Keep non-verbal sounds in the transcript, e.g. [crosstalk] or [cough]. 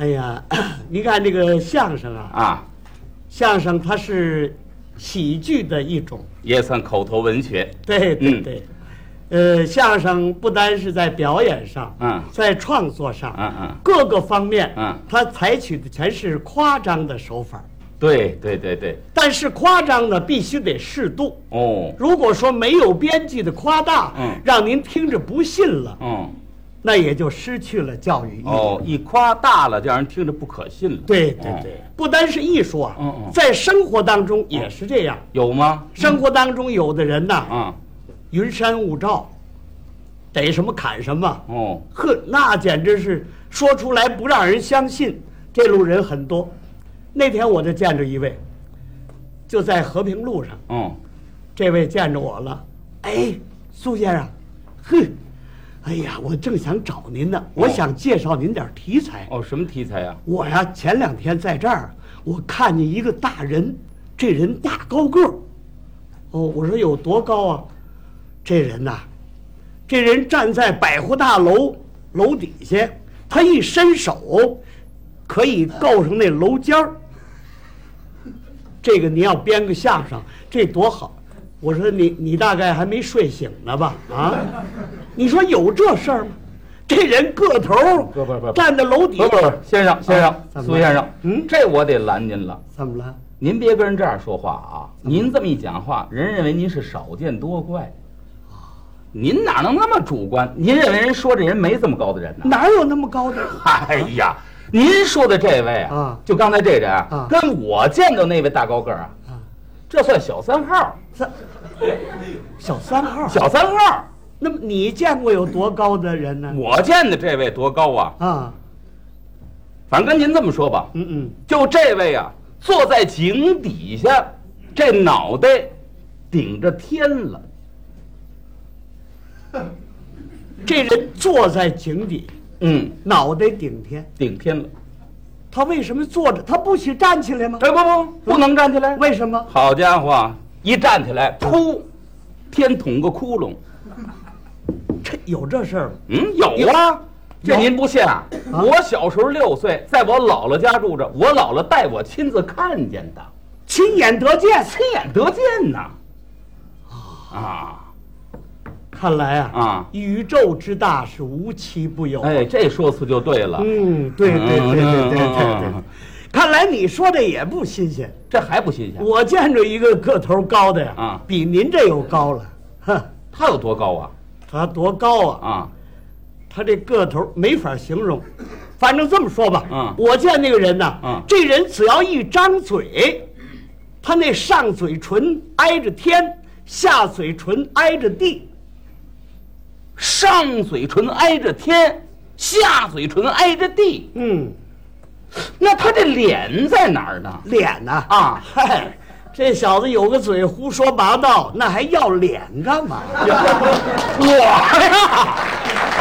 哎 [coughs] 你看这个相声啊，啊，相声它是喜剧的一种，也算口头文学。对对嗯对。呃，相声不单是在表演上，嗯在创作上，嗯嗯各个方面，嗯他采取的全是夸张的手法，对对对对，但是夸张呢必须得适度。哦，如果说没有边际的夸大，嗯让您听着不信了，嗯，那也就失去了教育意义。哦，一夸大了，让人听着不可信了。嗯哦对对对，不单是艺术啊，嗯嗯在生活当中也是这样。有吗？生活当中有的人呐，啊，云山雾罩，逮什么砍什么，哦，呵，那简直是说出来不让人相信。这路人很多，那天我就见着一位，就在和平路上，嗯，这位见着我了，哎，苏先生，哼，哎呀，我正想找您呢，我想介绍您点儿题材。哦，什么题材呀？我呀，前两天在这儿，我看见一个大人，这人大高个儿。哦，我说有多高啊？这人呐、这人站在百货大楼楼底下，他一伸手，可以够上那楼尖儿。这个你要编个相声，这多好！我说你你大概还没睡醒呢吧？啊，你说有这事儿吗？这人个头儿不不不站在楼底不不不，先生先啊生，怎苏么了先生，嗯这我得拦您了。怎么了？您别跟人这样说话啊！嗯您这么一讲话，人认为您是少见多怪。啊您哪能那么主观？您认为人说这人没这么高的人呢？哪有那么高的？哎呀，您说的这位啊就刚才这人啊跟我见到那位大高个儿啊，啊，这算小三号，三小三号。小三号。那么你见过有多高的人呢？我见的这位多高啊？啊，反正跟您这么说吧，嗯嗯，就这位啊，坐在井底下，这脑袋顶着天 [laughs] 了。这人坐在井底，嗯，脑袋顶天，顶天了。他为什么坐着？他不许站起来吗？哎，不不，不能站起来。为什么？好家伙，一站起来，噗，天捅个窟窿。这有这事儿吗？嗯，有啊，这有您不信啊？啊我小时候六岁，在我姥姥家住着，我姥姥带我亲自看见的，亲眼得见。亲眼得见呐。啊，看来啊，啊宇宙之大是无奇不有。哎，这说辞就对了。嗯，对对对对对对对嗯。看来你说的也不新鲜。这还不新鲜？我见着一个个头高的呀，啊比您这又高了。哼，他有多高啊？他多高啊？啊，他这个头没法形容。反正这么说吧，嗯我见那个人呐，嗯这人只要一张嘴，他那上嘴唇挨着天，下嘴唇挨着地，上嘴唇挨着天，下嘴唇挨着地，嗯，那他这脸在哪儿呢？脸呐、啊嗨，这小子有个嘴胡 [laughs] 说八道，那还要脸干嘛？我呀，